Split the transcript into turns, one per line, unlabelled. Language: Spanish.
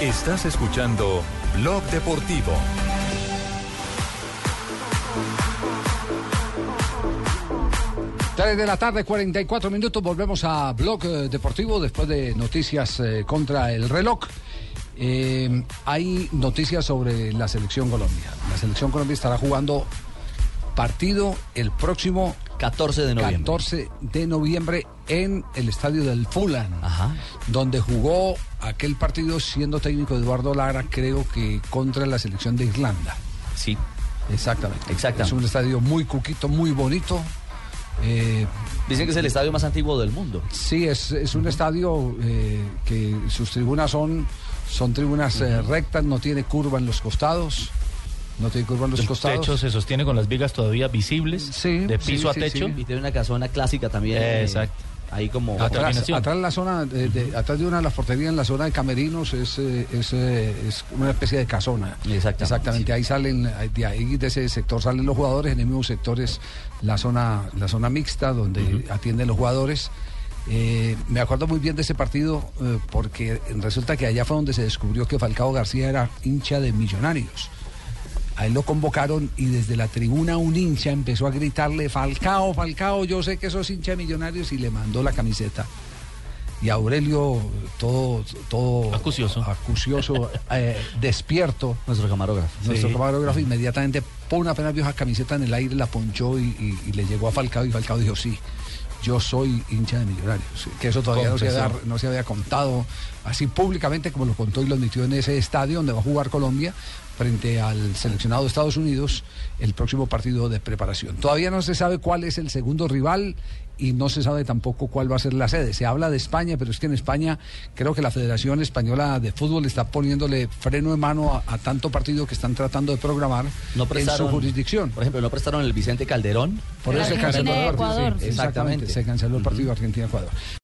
Estás escuchando Blog Deportivo.
Tres de la tarde, 44 minutos. Volvemos a Blog eh, Deportivo después de noticias eh, contra el reloj. Eh, hay noticias sobre la selección Colombia. La selección Colombia estará jugando partido el próximo
14 de noviembre.
14 de noviembre en el estadio del Fulham, donde jugó aquel partido siendo técnico Eduardo Lara, creo que contra la selección de Irlanda.
Sí.
Exactamente.
Exactamente.
Es un estadio muy cuquito, muy bonito. Eh,
Dicen que es el estadio más antiguo del mundo.
Sí, es, es un estadio eh, que sus tribunas son, son tribunas eh, rectas, no tiene curva en los costados. No tiene curva en los
El
costados.
techo se sostiene con las vigas todavía visibles,
Sí,
de
sí,
piso
sí,
a techo.
sí.
Y tiene una casona clásica también.
Eh, exacto.
Ahí como...
Ah,
atrás,
terminación.
atrás la zona de, de- atrás de una de las porterías en la zona de camerinos es, eh, es, eh, es una especie de casona
Exactamente.
ahí salen eh, de ahí de ese sector salen los jugadores en el mismo sector es la zona la zona mixta donde atienden los jugadores Eh, me acuerdo muy bien de ese partido eh, porque resulta que allá fue donde se descubrió que Falcao García era hincha de Millonarios a él lo convocaron y desde la tribuna un hincha empezó a gritarle, Falcao, Falcao, yo sé que sos hincha de millonarios y le mandó la camiseta. Y Aurelio, todo... todo
Acucioso.
acucioso, eh, despierto.
Nuestro camarógrafo.
Nuestro camarógrafo inmediatamente pone apenas vio esa camiseta en el aire, la ponchó y, y- y le llegó a Falcao y Falcao dijo, sí, yo soy hincha de millonarios. Que eso todavía no se, había,
Confesó.
no se había contado así públicamente como lo contó y lo admitió en ese estadio donde va a jugar Colombia frente al seleccionado de Estados Unidos el próximo partido de preparación. Todavía no se sabe cuál es el segundo rival y no se sabe tampoco cuál va a ser la sede. Se habla de España, pero es que en España creo que la Federación Española de Fútbol está poniéndole freno de mano a, a tanto partido que están tratando de programar
No
en su
prestaron,
jurisdicción.
Por ejemplo, no prestaron el Vicente Calderón.
Por eso se
Argentina
canceló
y
el partido.
Ecuador.
sí,
Exactamente.
Exactamente, se canceló el partido Argentina-Ecuador.